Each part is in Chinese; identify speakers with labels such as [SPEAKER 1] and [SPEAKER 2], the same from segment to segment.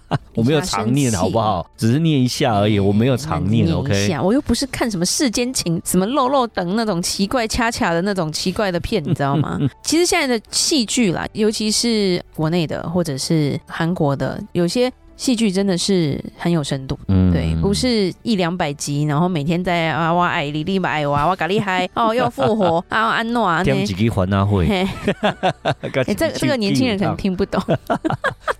[SPEAKER 1] 我没有常念，好不好？只是念一下而已，我没有常哎念。
[SPEAKER 2] 一
[SPEAKER 1] OK，
[SPEAKER 2] 下，我又不是看什么世间情、什么肉肉等那种奇怪恰恰的那种奇怪的片，你知 道吗？其实现在的戏剧啦，尤其是国内的或者是韩国的，有些戏剧真的是很有深度。
[SPEAKER 1] 嗯
[SPEAKER 2] 对，不是一两百集，然后每天在啊哇爱你，你嘛爱我，我咖 喱嗨哦，要复活啊安诺啊
[SPEAKER 1] 点
[SPEAKER 2] 呢
[SPEAKER 1] 几。个还那会。
[SPEAKER 2] 嘿，哎，
[SPEAKER 1] 哎
[SPEAKER 2] 这这个年轻人可能听不懂，
[SPEAKER 1] 啊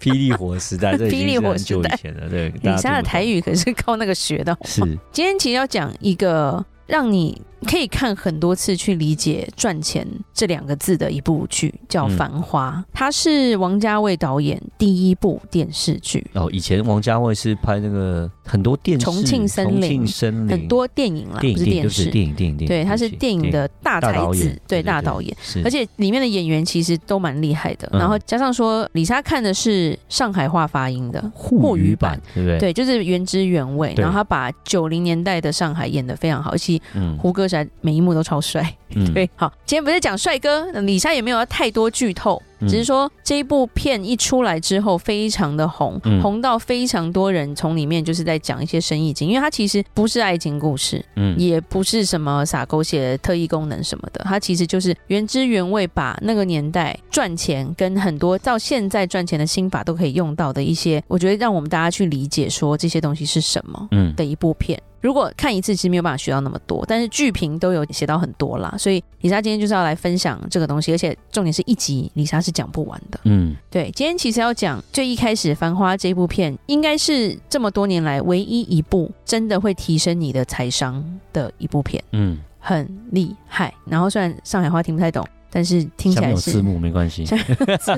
[SPEAKER 1] 霹雳火时代，这已经
[SPEAKER 2] 霹雳
[SPEAKER 1] 是
[SPEAKER 2] 火
[SPEAKER 1] 很
[SPEAKER 2] 时
[SPEAKER 1] 久以
[SPEAKER 2] 代
[SPEAKER 1] 前了。 对， 大家
[SPEAKER 2] 李莎
[SPEAKER 1] 听
[SPEAKER 2] 的
[SPEAKER 1] 不
[SPEAKER 2] 台
[SPEAKER 1] 懂
[SPEAKER 2] 语可是靠那个学的。
[SPEAKER 1] 是
[SPEAKER 2] 今天其实要讲一个让你可以看很多次去理解“赚钱”这两个字的一部剧，叫
[SPEAKER 1] 嗯
[SPEAKER 2] 《繁花》，它是王家卫导演第一部电视剧。
[SPEAKER 1] 哦，以前王家卫是拍那个很多电视，
[SPEAKER 2] 重庆森林
[SPEAKER 1] 重庆森林
[SPEAKER 2] 很多电影啦，
[SPEAKER 1] 嗯电
[SPEAKER 2] 不
[SPEAKER 1] 影电
[SPEAKER 2] 是
[SPEAKER 1] 影
[SPEAKER 2] 电
[SPEAKER 1] 就是
[SPEAKER 2] 视，
[SPEAKER 1] 电影电影电影，
[SPEAKER 2] 对，他是
[SPEAKER 1] 不起
[SPEAKER 2] 电影的大
[SPEAKER 1] 大
[SPEAKER 2] 才
[SPEAKER 1] 导
[SPEAKER 2] 子
[SPEAKER 1] 演，，
[SPEAKER 2] 对大导演。
[SPEAKER 1] 是，
[SPEAKER 2] 而
[SPEAKER 1] 且
[SPEAKER 2] 且里面的演员其实都蛮厉害的，
[SPEAKER 1] 嗯
[SPEAKER 2] 然后加上说李莎看的是上海话发音的
[SPEAKER 1] 沪
[SPEAKER 2] 语
[SPEAKER 1] 语版，对不对？，
[SPEAKER 2] 对，就是原汁原味，
[SPEAKER 1] 对
[SPEAKER 2] 然后他把九零年代的上海演得非常好，而且
[SPEAKER 1] 嗯
[SPEAKER 2] 胡歌实在每一幕都超帅。
[SPEAKER 1] 嗯，
[SPEAKER 2] 对，好，今天不是讲帅哥，李莎也没有要太多剧透，
[SPEAKER 1] 嗯
[SPEAKER 2] 只是说这一部片一出来之后非常的红，
[SPEAKER 1] 嗯
[SPEAKER 2] 红到非常多人从里面就是在讲一些生意经，因为它其实不是爱情故事，
[SPEAKER 1] 嗯
[SPEAKER 2] 也不是什么撒狗血、特异功能什么的，它其实就是原汁原味把那个年代赚钱跟很多到现在赚钱的心法都可以用到的一些，我觉得让我们大家去理解说这些东西是什么。
[SPEAKER 1] 嗯，
[SPEAKER 2] 的一部片。如果看一次，其实没有办法学到那么多，但是剧评都有写到很多啦。所以李莎今天就是要来分享这个东西，而且重点是一集李莎是讲不完的。
[SPEAKER 1] 嗯
[SPEAKER 2] 对，今天其实要讲最一开始《繁花》这部片，应该是这么多年来唯一一部真的会提升你的财商的一部片，
[SPEAKER 1] 嗯，
[SPEAKER 2] 很厉害。然后虽然上海话听不太懂，但是听起
[SPEAKER 1] 下面
[SPEAKER 2] 来
[SPEAKER 1] 有
[SPEAKER 2] 是
[SPEAKER 1] 字幕没关系，
[SPEAKER 2] 字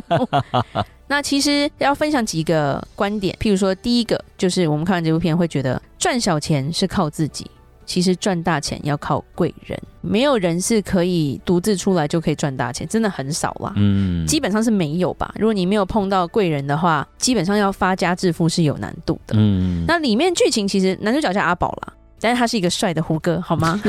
[SPEAKER 2] 幕那其实要分享几个观点，譬如说，第一个就是我们看完这部片会觉得赚小钱是靠自己，其实赚大钱要靠贵人，没有人是可以独自出来就可以赚大钱，真的很少啦。
[SPEAKER 1] 嗯，
[SPEAKER 2] 基本上是没有吧。如果你没有碰到贵人的话，基本上要发家致富是有难度的。
[SPEAKER 1] 嗯，
[SPEAKER 2] 那里面剧情其实男主角叫阿宝啦，但是他是一个帅的胡歌，好 吗？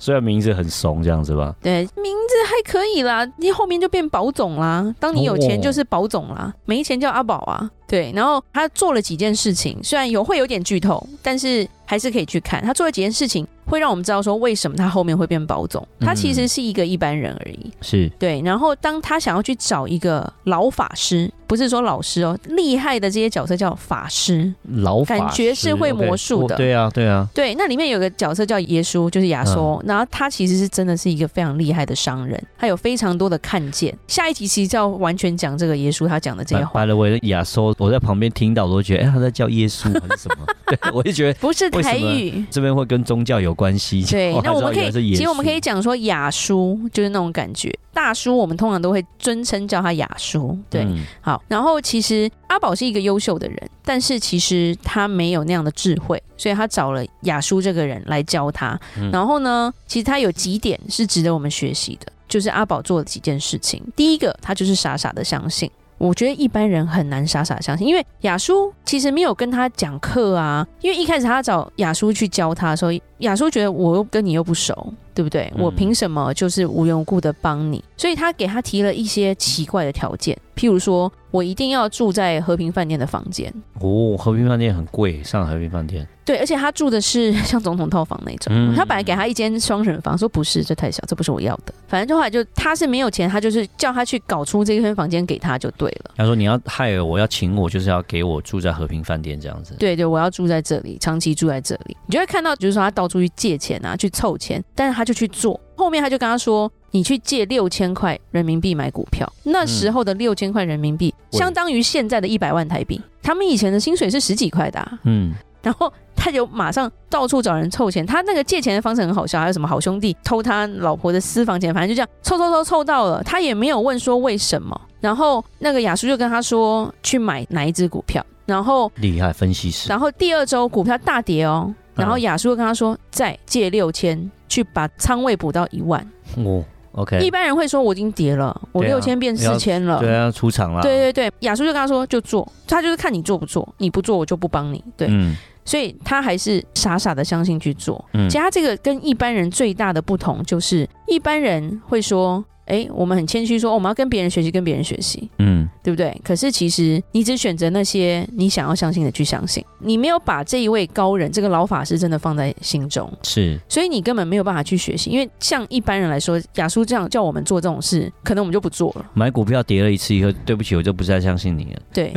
[SPEAKER 1] 虽然名字很怂这样子吧，
[SPEAKER 2] 对，名字还可以啦，你后面就变保总啦。当你有钱
[SPEAKER 1] 哦
[SPEAKER 2] 就是保总啦，没钱叫阿宝啊。对，然后他做了几件事情，虽然有会有点剧透，但是还是可以去看。他做了几件事情，会让我们知道说为什么他后面会变保总。
[SPEAKER 1] 嗯
[SPEAKER 2] 他其实是一个一般人而已。
[SPEAKER 1] 是，
[SPEAKER 2] 对，然后当他想要去找一个老法师，不是说老师哦，厉害的这些角色叫法师。
[SPEAKER 1] 老法
[SPEAKER 2] 感觉
[SPEAKER 1] 师
[SPEAKER 2] 是会
[SPEAKER 1] OK，
[SPEAKER 2] 魔术
[SPEAKER 1] 我
[SPEAKER 2] 的
[SPEAKER 1] 对啊对啊，
[SPEAKER 2] 对，那里面有个角色叫耶稣，就是亚索，
[SPEAKER 1] 嗯
[SPEAKER 2] 然后他其实是真的是一个非常厉害的商人，他有非常多的看见。下一集其实就要完全讲这个耶稣他讲的这些话，
[SPEAKER 1] By the way，亚洲我在旁边听到，我都觉得，哎、他在叫耶稣还是什么？ 对，我就觉得
[SPEAKER 2] 不是
[SPEAKER 1] 为什
[SPEAKER 2] 台
[SPEAKER 1] 么
[SPEAKER 2] 语。
[SPEAKER 1] 这边会跟宗教有关系。
[SPEAKER 2] 对，那我们
[SPEAKER 1] 才知道
[SPEAKER 2] 可以
[SPEAKER 1] 原来是耶，稣
[SPEAKER 2] 其实我们可以讲说雅叔就是那种感觉，大叔我们通常都会尊称叫他雅叔，对，
[SPEAKER 1] 嗯
[SPEAKER 2] 好，然后其实阿宝是一个优秀的人，但是其实他没有那样的智慧，所以他找了雅叔这个人来教他。
[SPEAKER 1] 嗯
[SPEAKER 2] 然后呢，其实他有几点是值得我们学习的，就是阿宝做了几件事情。第一个，他就是傻傻的相信。我觉得一般人很难傻傻相信，因为雅叔其实没有跟他讲课啊。因为一开始他找雅叔去教他的时候，雅叔觉得我又跟你又不熟，对不对？
[SPEAKER 1] 嗯
[SPEAKER 2] 我凭什么就是无缘无故的帮你？所以他给他提了一些奇怪的条件，譬如说我一定要住在和平饭店的房间，
[SPEAKER 1] 哦，和平饭店很贵，上海和平饭店。
[SPEAKER 2] 对，而且他住的是 像总统套房那种。
[SPEAKER 1] 嗯
[SPEAKER 2] 他本来给他一间双人房，说不是，这太小，这不是我要的。反正就后来就他是没有钱，他就是叫他去搞出这间房间给他就对了。
[SPEAKER 1] 他说你要害我，要请我，就是要给我住在和平饭店这样子。
[SPEAKER 2] 对对，我要住在这里，长期住在这里。你就会看到，就是说他到处去借钱啊，去凑钱，但是他就去做。后面他就跟他说：“你去借六千块人民币买股票。”那时候的六千块人民币，
[SPEAKER 1] 喂
[SPEAKER 2] 相当于现在的一百万台币。他们以前的薪水是十几块的、啊。
[SPEAKER 1] 嗯，
[SPEAKER 2] 然后他就马上到处找人凑钱。他那个借钱的方式很好笑，还有什么好兄弟偷他老婆的私房钱，反正就这样凑凑凑凑到了。他也没有问说为什么。然后那个雅叔就跟他说去买哪一只股票，然后
[SPEAKER 1] 厉害分析师。
[SPEAKER 2] 然后第二周股票大跌哦，
[SPEAKER 1] 嗯
[SPEAKER 2] 然后雅叔跟他说再借六千去把仓位补到一万。
[SPEAKER 1] 哦
[SPEAKER 2] 一
[SPEAKER 1] ，OK，
[SPEAKER 2] 般人会说我已经跌了，我
[SPEAKER 1] 对啊
[SPEAKER 2] 六千变四千了。
[SPEAKER 1] 对啊，出场了，
[SPEAKER 2] 对对对，雅叔就跟他说就做，他就是看你做不做，你不做我就不帮你。对，
[SPEAKER 1] 嗯
[SPEAKER 2] 所以他还是傻傻的相信去做。
[SPEAKER 1] 嗯
[SPEAKER 2] 其实他这个跟一般人最大的不同就是，一般人会说，诶，我们很谦虚说、哦我们要跟别人学习，跟别人学习，
[SPEAKER 1] 嗯
[SPEAKER 2] 对不对？可是其实你只选择那些你想要相信的去相信，你没有把这一位高人，这个老法师真的放在心中。
[SPEAKER 1] 是，
[SPEAKER 2] 所以你根本没有办法去学习，因为像一般人来说，雅叔这样叫我们做这种事，可能我们就不做了。
[SPEAKER 1] 买股票跌了一次以后，对不起，我就不再相信你了，
[SPEAKER 2] 对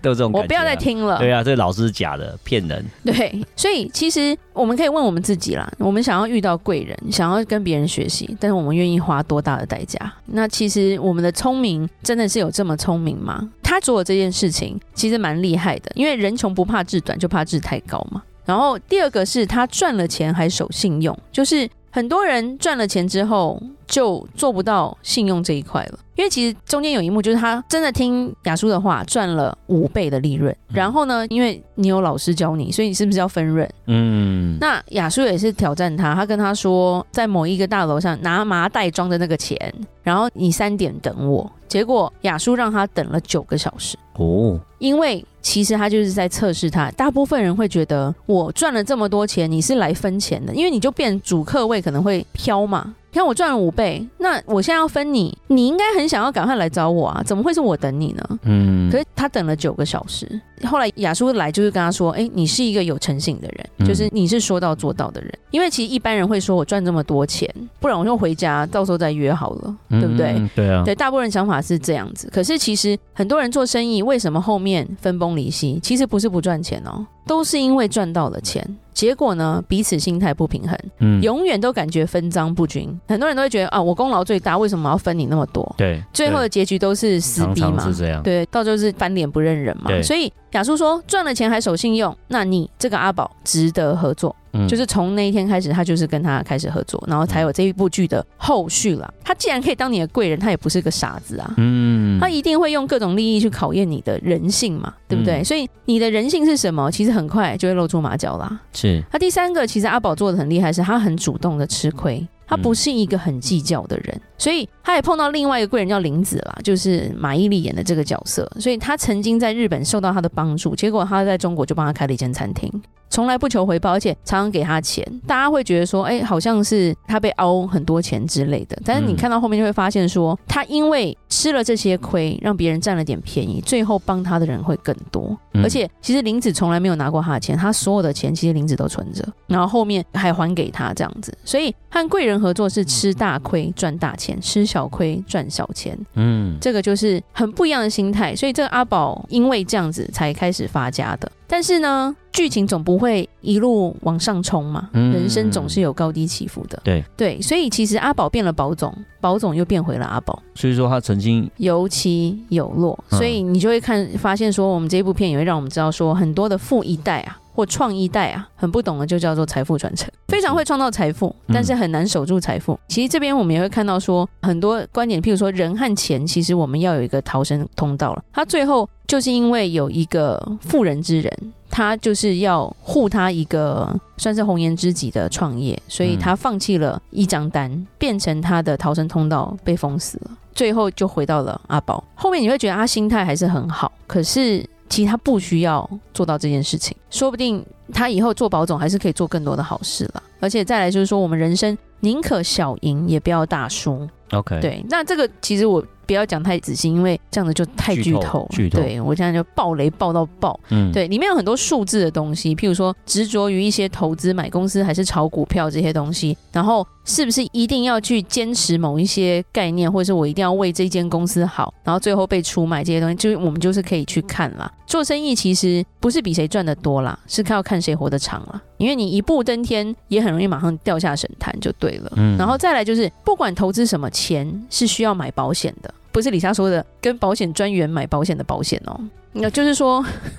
[SPEAKER 1] 都有这种感觉啊
[SPEAKER 2] 我不要再。听了。
[SPEAKER 1] 对啊，这老师是假的，骗人。
[SPEAKER 2] 对，所以其实我们可以问我们自己啦，我们想要遇到贵人，想要跟别人学习，但是我们愿意花多大的代价？那其实我们的聪明真的是有这么聪明吗？他做的这件事情其实蛮厉害的，因为人穷不怕志短，就怕志太高嘛。然后第二个是他赚了钱还守信用，就是很多人赚了钱之后就做不到信用这一块了，因为其实中间有一幕就是他真的听雅叔的话赚了五倍的利润，然后呢，因为你有老师教你，所以你是不是要分润？
[SPEAKER 1] 嗯，
[SPEAKER 2] 那雅叔也是挑战他，他跟他说，在某一个大楼上拿麻袋装的那个钱，然后你三点等我，结果雅叔让他等了九个小时。
[SPEAKER 1] 哦，
[SPEAKER 2] 因为其实他就是在测试他。大部分人会觉得我赚了这么多钱，你是来分钱的，因为你就变主客位可能会飘嘛。你看我赚了五倍，那我现在要分你，你应该很想要赶快来找我啊，怎么会是我等你呢？
[SPEAKER 1] 嗯
[SPEAKER 2] 可，是他等了九个小时，后来雅叔来就是跟他说：“哎、你是一个有诚信的人，
[SPEAKER 1] 嗯
[SPEAKER 2] 就是你是说到做到的人。因为其实一般人会说我赚这么多钱，不然我就回家，到时候再约好了，对不对？
[SPEAKER 1] 嗯？对啊，
[SPEAKER 2] 对，大部分人想法是这样子。可是其实很多人做生意，为什么后面分崩离析？其实不是不赚钱哦，都是因为赚到了钱，结果呢彼此心态不平衡，
[SPEAKER 1] 嗯，
[SPEAKER 2] 永远都感觉分赃不均。很多人都会觉得啊，我功劳最大，为什么要分你那么多？
[SPEAKER 1] 对，
[SPEAKER 2] 最后的结局都是
[SPEAKER 1] 对
[SPEAKER 2] 撕
[SPEAKER 1] 常
[SPEAKER 2] 逼
[SPEAKER 1] 常
[SPEAKER 2] 嘛。
[SPEAKER 1] 是这样。
[SPEAKER 2] 对，到就是翻脸不认人嘛。
[SPEAKER 1] 对
[SPEAKER 2] 所以雅叔说赚了钱还守信用，那你这个阿宝值得合作。
[SPEAKER 1] 嗯
[SPEAKER 2] 就是从那一天开始，他就是跟他开始合作，然后才有这一部剧的后续啦。他既然可以当你的贵人，他也不是个傻子啊。
[SPEAKER 1] 嗯
[SPEAKER 2] 他一定会用各种利益去考验你的人性嘛，对不对？
[SPEAKER 1] 嗯
[SPEAKER 2] 所以你的人性是什么，其实很快就会露出马脚啦。
[SPEAKER 1] 是
[SPEAKER 2] 那第三个，其实阿宝做的很厉害，是他很主动的吃亏，他不是一个很计较的人，所以他也碰到另外一个贵人叫林子啦，就是马伊琍演的这个角色，所以他曾经在日本受到他的帮助，结果他在中国就帮他开了一间餐厅。从来不求回报，而且常常给他钱，大家会觉得说，哎、好像是他被凹很多钱之类的。但是你
[SPEAKER 1] 嗯
[SPEAKER 2] 看到后面就会发现说，他因为吃了这些亏，让别人占了点便宜，最后帮他的人会更多。
[SPEAKER 1] 嗯
[SPEAKER 2] 而且其实林子从来没有拿过他的钱，他所有的钱其实林子都存着，然后后面还还给他这样子。所以和贵人合作是吃大亏赚大钱，吃小亏赚小钱，
[SPEAKER 1] 嗯
[SPEAKER 2] 这个就是很不一样的心态。所以这个阿宝因为这样子才开始发家的。但是呢，剧情总不会一路往上冲嘛，
[SPEAKER 1] 嗯
[SPEAKER 2] 人生总是有高低起伏的。
[SPEAKER 1] 对
[SPEAKER 2] 对，所以其实阿宝变了宝总，宝总又变回了阿宝。
[SPEAKER 1] 所以说他曾经
[SPEAKER 2] 有起有落，
[SPEAKER 1] 嗯
[SPEAKER 2] 所以你就会看发现说，我们这一部片也会让我们知道说，很多的富一代啊或创一代啊，很不懂的就叫做财富传承，非常会创造财富，
[SPEAKER 1] 嗯
[SPEAKER 2] 但是很难守住财富。其实这边我们也会看到说，很多观点，譬如说人和钱，其实我们要有一个逃生通道了。他最后就是因为有一个妇人之仁。他就是要护他一个算是红颜知己的创业，所以
[SPEAKER 1] 嗯
[SPEAKER 2] 他放弃了一张单，变成他的逃生通道被封死了。最后就回到了阿宝。后面你会觉得他心态还是很好，可是其实他不需要做到这件事情，说不定他以后做保总还是可以做更多的好事了。而且再来就是说，我们人生宁可小赢，也不要大输。
[SPEAKER 1] OK，
[SPEAKER 2] 对，那这个其实我不要讲太仔细，因为这样子就太
[SPEAKER 1] 剧
[SPEAKER 2] 剧
[SPEAKER 1] 透
[SPEAKER 2] 透。
[SPEAKER 1] 剧透
[SPEAKER 2] 对我现在就爆雷爆到爆。
[SPEAKER 1] 嗯，
[SPEAKER 2] 对，里面有很多数字的东西，譬如说执着于一些投资、买公司还是炒股票这些东西，然后是不是一定要去坚持某一些概念，或者是我一定要为这间公司好，然后最后被出卖这些东西，就是我们就是可以去看啦。做生意其实不是比谁赚的多啦，是靠看谁活得长啦。因为你一步登天，也很容易马上掉下神坛，就对了。
[SPEAKER 1] 嗯
[SPEAKER 2] 然后再来就是，不管投资什么钱，是需要买保险的，不是李莎说的跟保险专员买保险的保险哦。那就是说，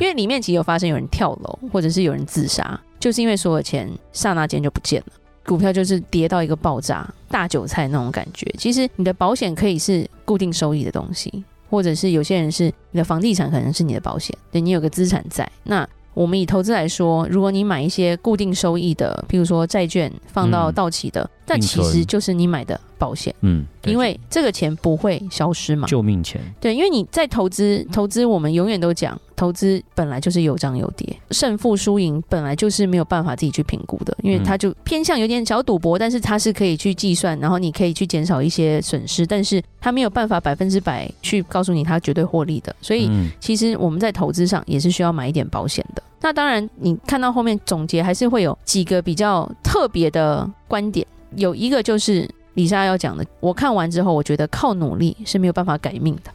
[SPEAKER 2] 因为里面其实有发生有人跳楼，或者是有人自杀，就是因为所有钱刹那间就不见了，股票就是跌到一个爆炸，大韭菜那种感觉。其实你的保险可以是固定收益的东西，或者是有些人是你的房地产可能是你的保险，对你有个资产在那。我们以投资来说，如果你买一些固定收益的，譬如说债券放到
[SPEAKER 1] 嗯
[SPEAKER 2] 到期的，那
[SPEAKER 1] 定
[SPEAKER 2] 其实
[SPEAKER 1] 存
[SPEAKER 2] 就是你买的保险，
[SPEAKER 1] 嗯，对
[SPEAKER 2] 因为这个钱不会消失嘛。
[SPEAKER 1] 救命钱，
[SPEAKER 2] 对，因为你在投资，投资我们永远都讲，投资本来就是有涨有跌，胜负输赢本来就是没有办法自己去评估的，因为它就偏向有点小赌博，但是它是可以去计算，然后你可以去减少一些损失，但是它没有办法百分之百去告诉你它绝对获利的，所以
[SPEAKER 1] 嗯，
[SPEAKER 2] 其实我们在投资上也是需要买一点保险的。那当然，你看到后面总结还是会有几个比较特别的观点，有一个就是李莎要讲的，我看完之后，我觉得靠努力是没有办法改命的。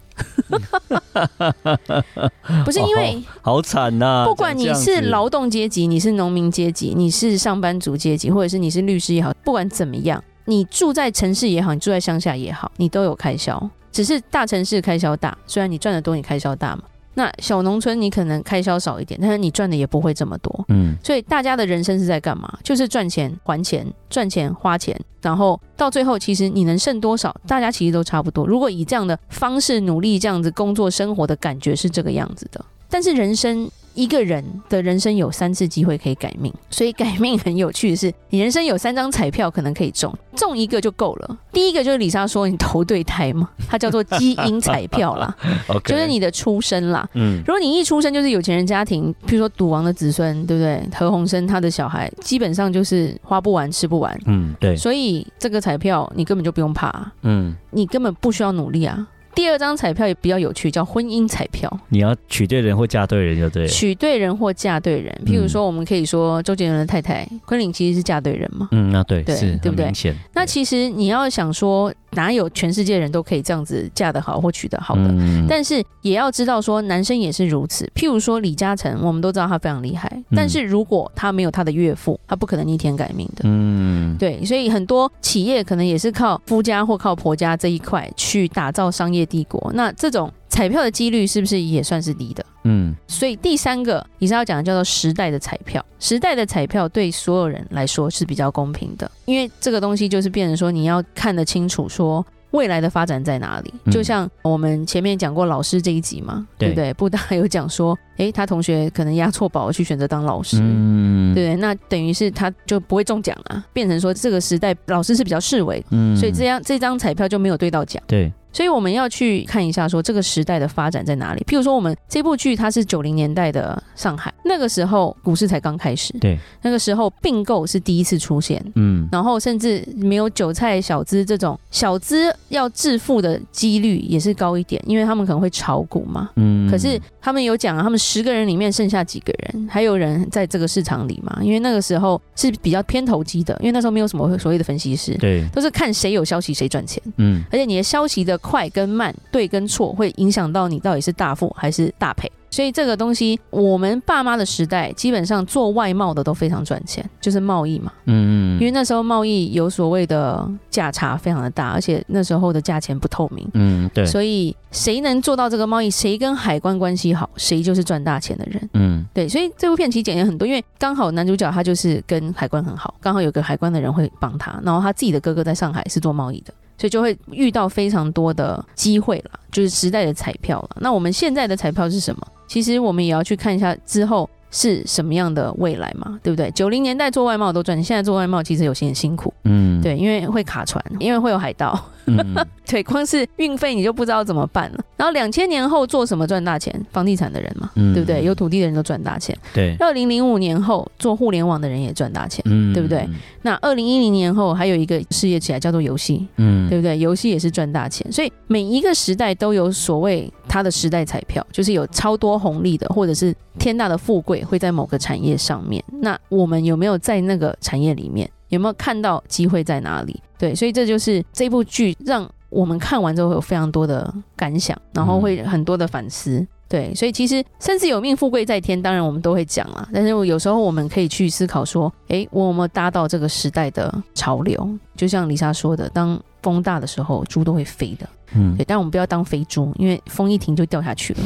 [SPEAKER 2] 不是因为
[SPEAKER 1] 好惨呐、
[SPEAKER 2] 不管你是劳动阶级，你是农民阶级，你是上班族阶级，或者是你是律师也好，不管怎么样，你住在城市也好，你住在乡下也好，你都有开销。只是大城市开销大，虽然你赚的多，你开销大嘛。那小农村你可能开销少一点，但是你赚的也不会这么多。
[SPEAKER 1] 嗯，
[SPEAKER 2] 所以大家的人生是在干嘛？就是赚钱、还钱、赚钱、花钱，然后到最后，其实你能剩多少，大家其实都差不多。如果以这样的方式努力，这样子工作生活的感觉是这个样子的。但是人生一个人的人生有三次机会可以改命，所以改命很有趣的是，你人生有三张彩票可能可以中，中一个就够了。第一个就是李莎说你投对胎嘛，它叫做基因彩票啦，
[SPEAKER 1] o
[SPEAKER 2] 就是，你的出生啦。
[SPEAKER 1] 嗯
[SPEAKER 2] 如果你一出生就是有钱人家庭，譬如说赌王的子孙，对不对？何鸿燊他的小孩基本上就是花不完、吃不完，
[SPEAKER 1] 嗯，对，
[SPEAKER 2] 所以这个彩票你根本就不用怕，
[SPEAKER 1] 嗯，
[SPEAKER 2] 你根本不需要努力啊。第二张彩票也比较有趣，叫婚姻彩票，
[SPEAKER 1] 你要娶对人或嫁对人就对嗯了，
[SPEAKER 2] 娶对人或嫁对人。譬如说，我们可以说周杰伦的太太昆凌其实是嫁对人嘛。
[SPEAKER 1] 嗯，那对
[SPEAKER 2] 对
[SPEAKER 1] 是
[SPEAKER 2] 对不
[SPEAKER 1] 很
[SPEAKER 2] 对
[SPEAKER 1] 明显，
[SPEAKER 2] 那其实你要想说，哪有全世界人都可以这样子嫁得好或娶得好的？
[SPEAKER 1] 嗯
[SPEAKER 2] 但是也要知道说，男生也是如此。譬如说李嘉诚，我们都知道他非常厉害，
[SPEAKER 1] 嗯
[SPEAKER 2] 但是如果他没有他的岳父，他不可能逆天改命的。
[SPEAKER 1] 嗯，
[SPEAKER 2] 对，所以很多企业可能也是靠夫家或靠婆家这一块去打造商业帝国。那这种彩票的几率是不是也算是低的？
[SPEAKER 1] 嗯，
[SPEAKER 2] 所以第三个以上要讲的叫做时代的彩票，时代的彩票对所有人来说是比较公平的，因为这个东西就是变成说你要看得清楚说。未来的发展在哪里？
[SPEAKER 1] 嗯
[SPEAKER 2] 就像我们前面讲过老师这一集嘛，
[SPEAKER 1] 对
[SPEAKER 2] 对不对？布大有讲说，诶，他同学可能押错宝去选择当老师，
[SPEAKER 1] 嗯，
[SPEAKER 2] 对，那等于是他就不会中奖啊，变成说这个时代老师是比较视为，
[SPEAKER 1] 嗯，
[SPEAKER 2] 所以这样这张彩票就没有对到奖。
[SPEAKER 1] 对，
[SPEAKER 2] 所以我们要去看一下，说这个时代的发展在哪里。譬如说，我们这部剧它是九零年代的上海，那个时候股市才刚开始，
[SPEAKER 1] 对，
[SPEAKER 2] 那个时候并购是第一次出现，
[SPEAKER 1] 嗯，
[SPEAKER 2] 然后甚至没有韭菜小资这种小资要致富的几率也是高一点，因为他们可能会炒股嘛。
[SPEAKER 1] 嗯，
[SPEAKER 2] 可是他们有讲啊，他们十个人里面剩下几个人，还有人在这个市场里嘛？因为那个时候是比较偏投机的，因为那时候没有什么所谓的分析师，
[SPEAKER 1] 对，
[SPEAKER 2] 都是看谁有消息谁赚钱。
[SPEAKER 1] 嗯，
[SPEAKER 2] 而且你的消息的快跟慢、对跟错，会影响到你到底是大富还是大赔。所以这个东西，我们爸妈的时代，基本上做外贸的都非常赚钱，就是贸易嘛。
[SPEAKER 1] 嗯，嗯
[SPEAKER 2] 因为，那时候贸易有所谓的价差非常的大，而且那时候的价钱不透明，
[SPEAKER 1] 嗯，对，
[SPEAKER 2] 所以谁能做到这个贸易，谁跟海关关系好，谁就是赚大钱的人。
[SPEAKER 1] 嗯，
[SPEAKER 2] 对，所以这部片其实检验很多，因为刚好男主角他就是跟海关很好，刚好有个海关的人会帮他，然后他自己的哥哥在上海是做贸易的，所以就会遇到非常多的机会啦，就是时代的彩票了。那我们现在的彩票是什么？其实我们也要去看一下之后。是什么样的未来嘛？对不对？九零年代做外贸都赚，现在做外贸其实有些很辛苦，
[SPEAKER 1] 嗯，
[SPEAKER 2] 对，因为会卡船，因为会有海盗，
[SPEAKER 1] 嗯，
[SPEAKER 2] 对，光是运费你就不知道怎么办了。然后两千年后做什么赚大钱？房地产的人嘛，
[SPEAKER 1] 嗯
[SPEAKER 2] 对不对？有土地的人都赚大钱。
[SPEAKER 1] 对，
[SPEAKER 2] 二零零五年后做互联网的人也赚大钱。
[SPEAKER 1] 嗯，
[SPEAKER 2] 对不对？那二零一零年后还有一个事业起来叫做游戏，
[SPEAKER 1] 嗯，
[SPEAKER 2] 对不对？游戏也是赚大钱，所以每一个时代都有所谓它的时代彩票，就是有超多红利的，或者是天大的富贵会在某个产业上面。那我们有没有在那个产业里面？有没有看到机会在哪里？对，所以这就是这部剧让我们看完之后有非常多的感想，然后会很多的反思。对，所以其实生死有命，富贵在天，当然我们都会讲啦。但是有时候我们可以去思考说，诶，我有没有搭到这个时代的潮流？就像李莎说的，当风大的时候，猪都会飞的。
[SPEAKER 1] 嗯
[SPEAKER 2] 对，但我们不要当飞猪，因为风一停就掉下去了。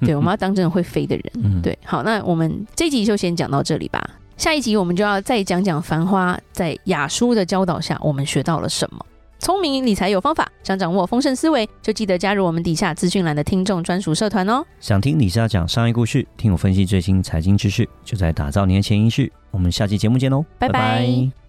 [SPEAKER 2] 对，我们要当真的会飞的人。
[SPEAKER 1] 嗯，
[SPEAKER 2] 对，好，那我们这一集就先讲到这里吧。下一集我们就要再讲讲《繁花》在雅叔的教导下，我们学到了什么。聪明理财有方法，想掌握丰盛思维，就记得加入我们底下资讯栏的听众专属社团哦。
[SPEAKER 1] 想听李莎讲商业故事，听我分析最新财经知识，就在打造你的潜意识。我们下期节目见喽，哦
[SPEAKER 2] 拜拜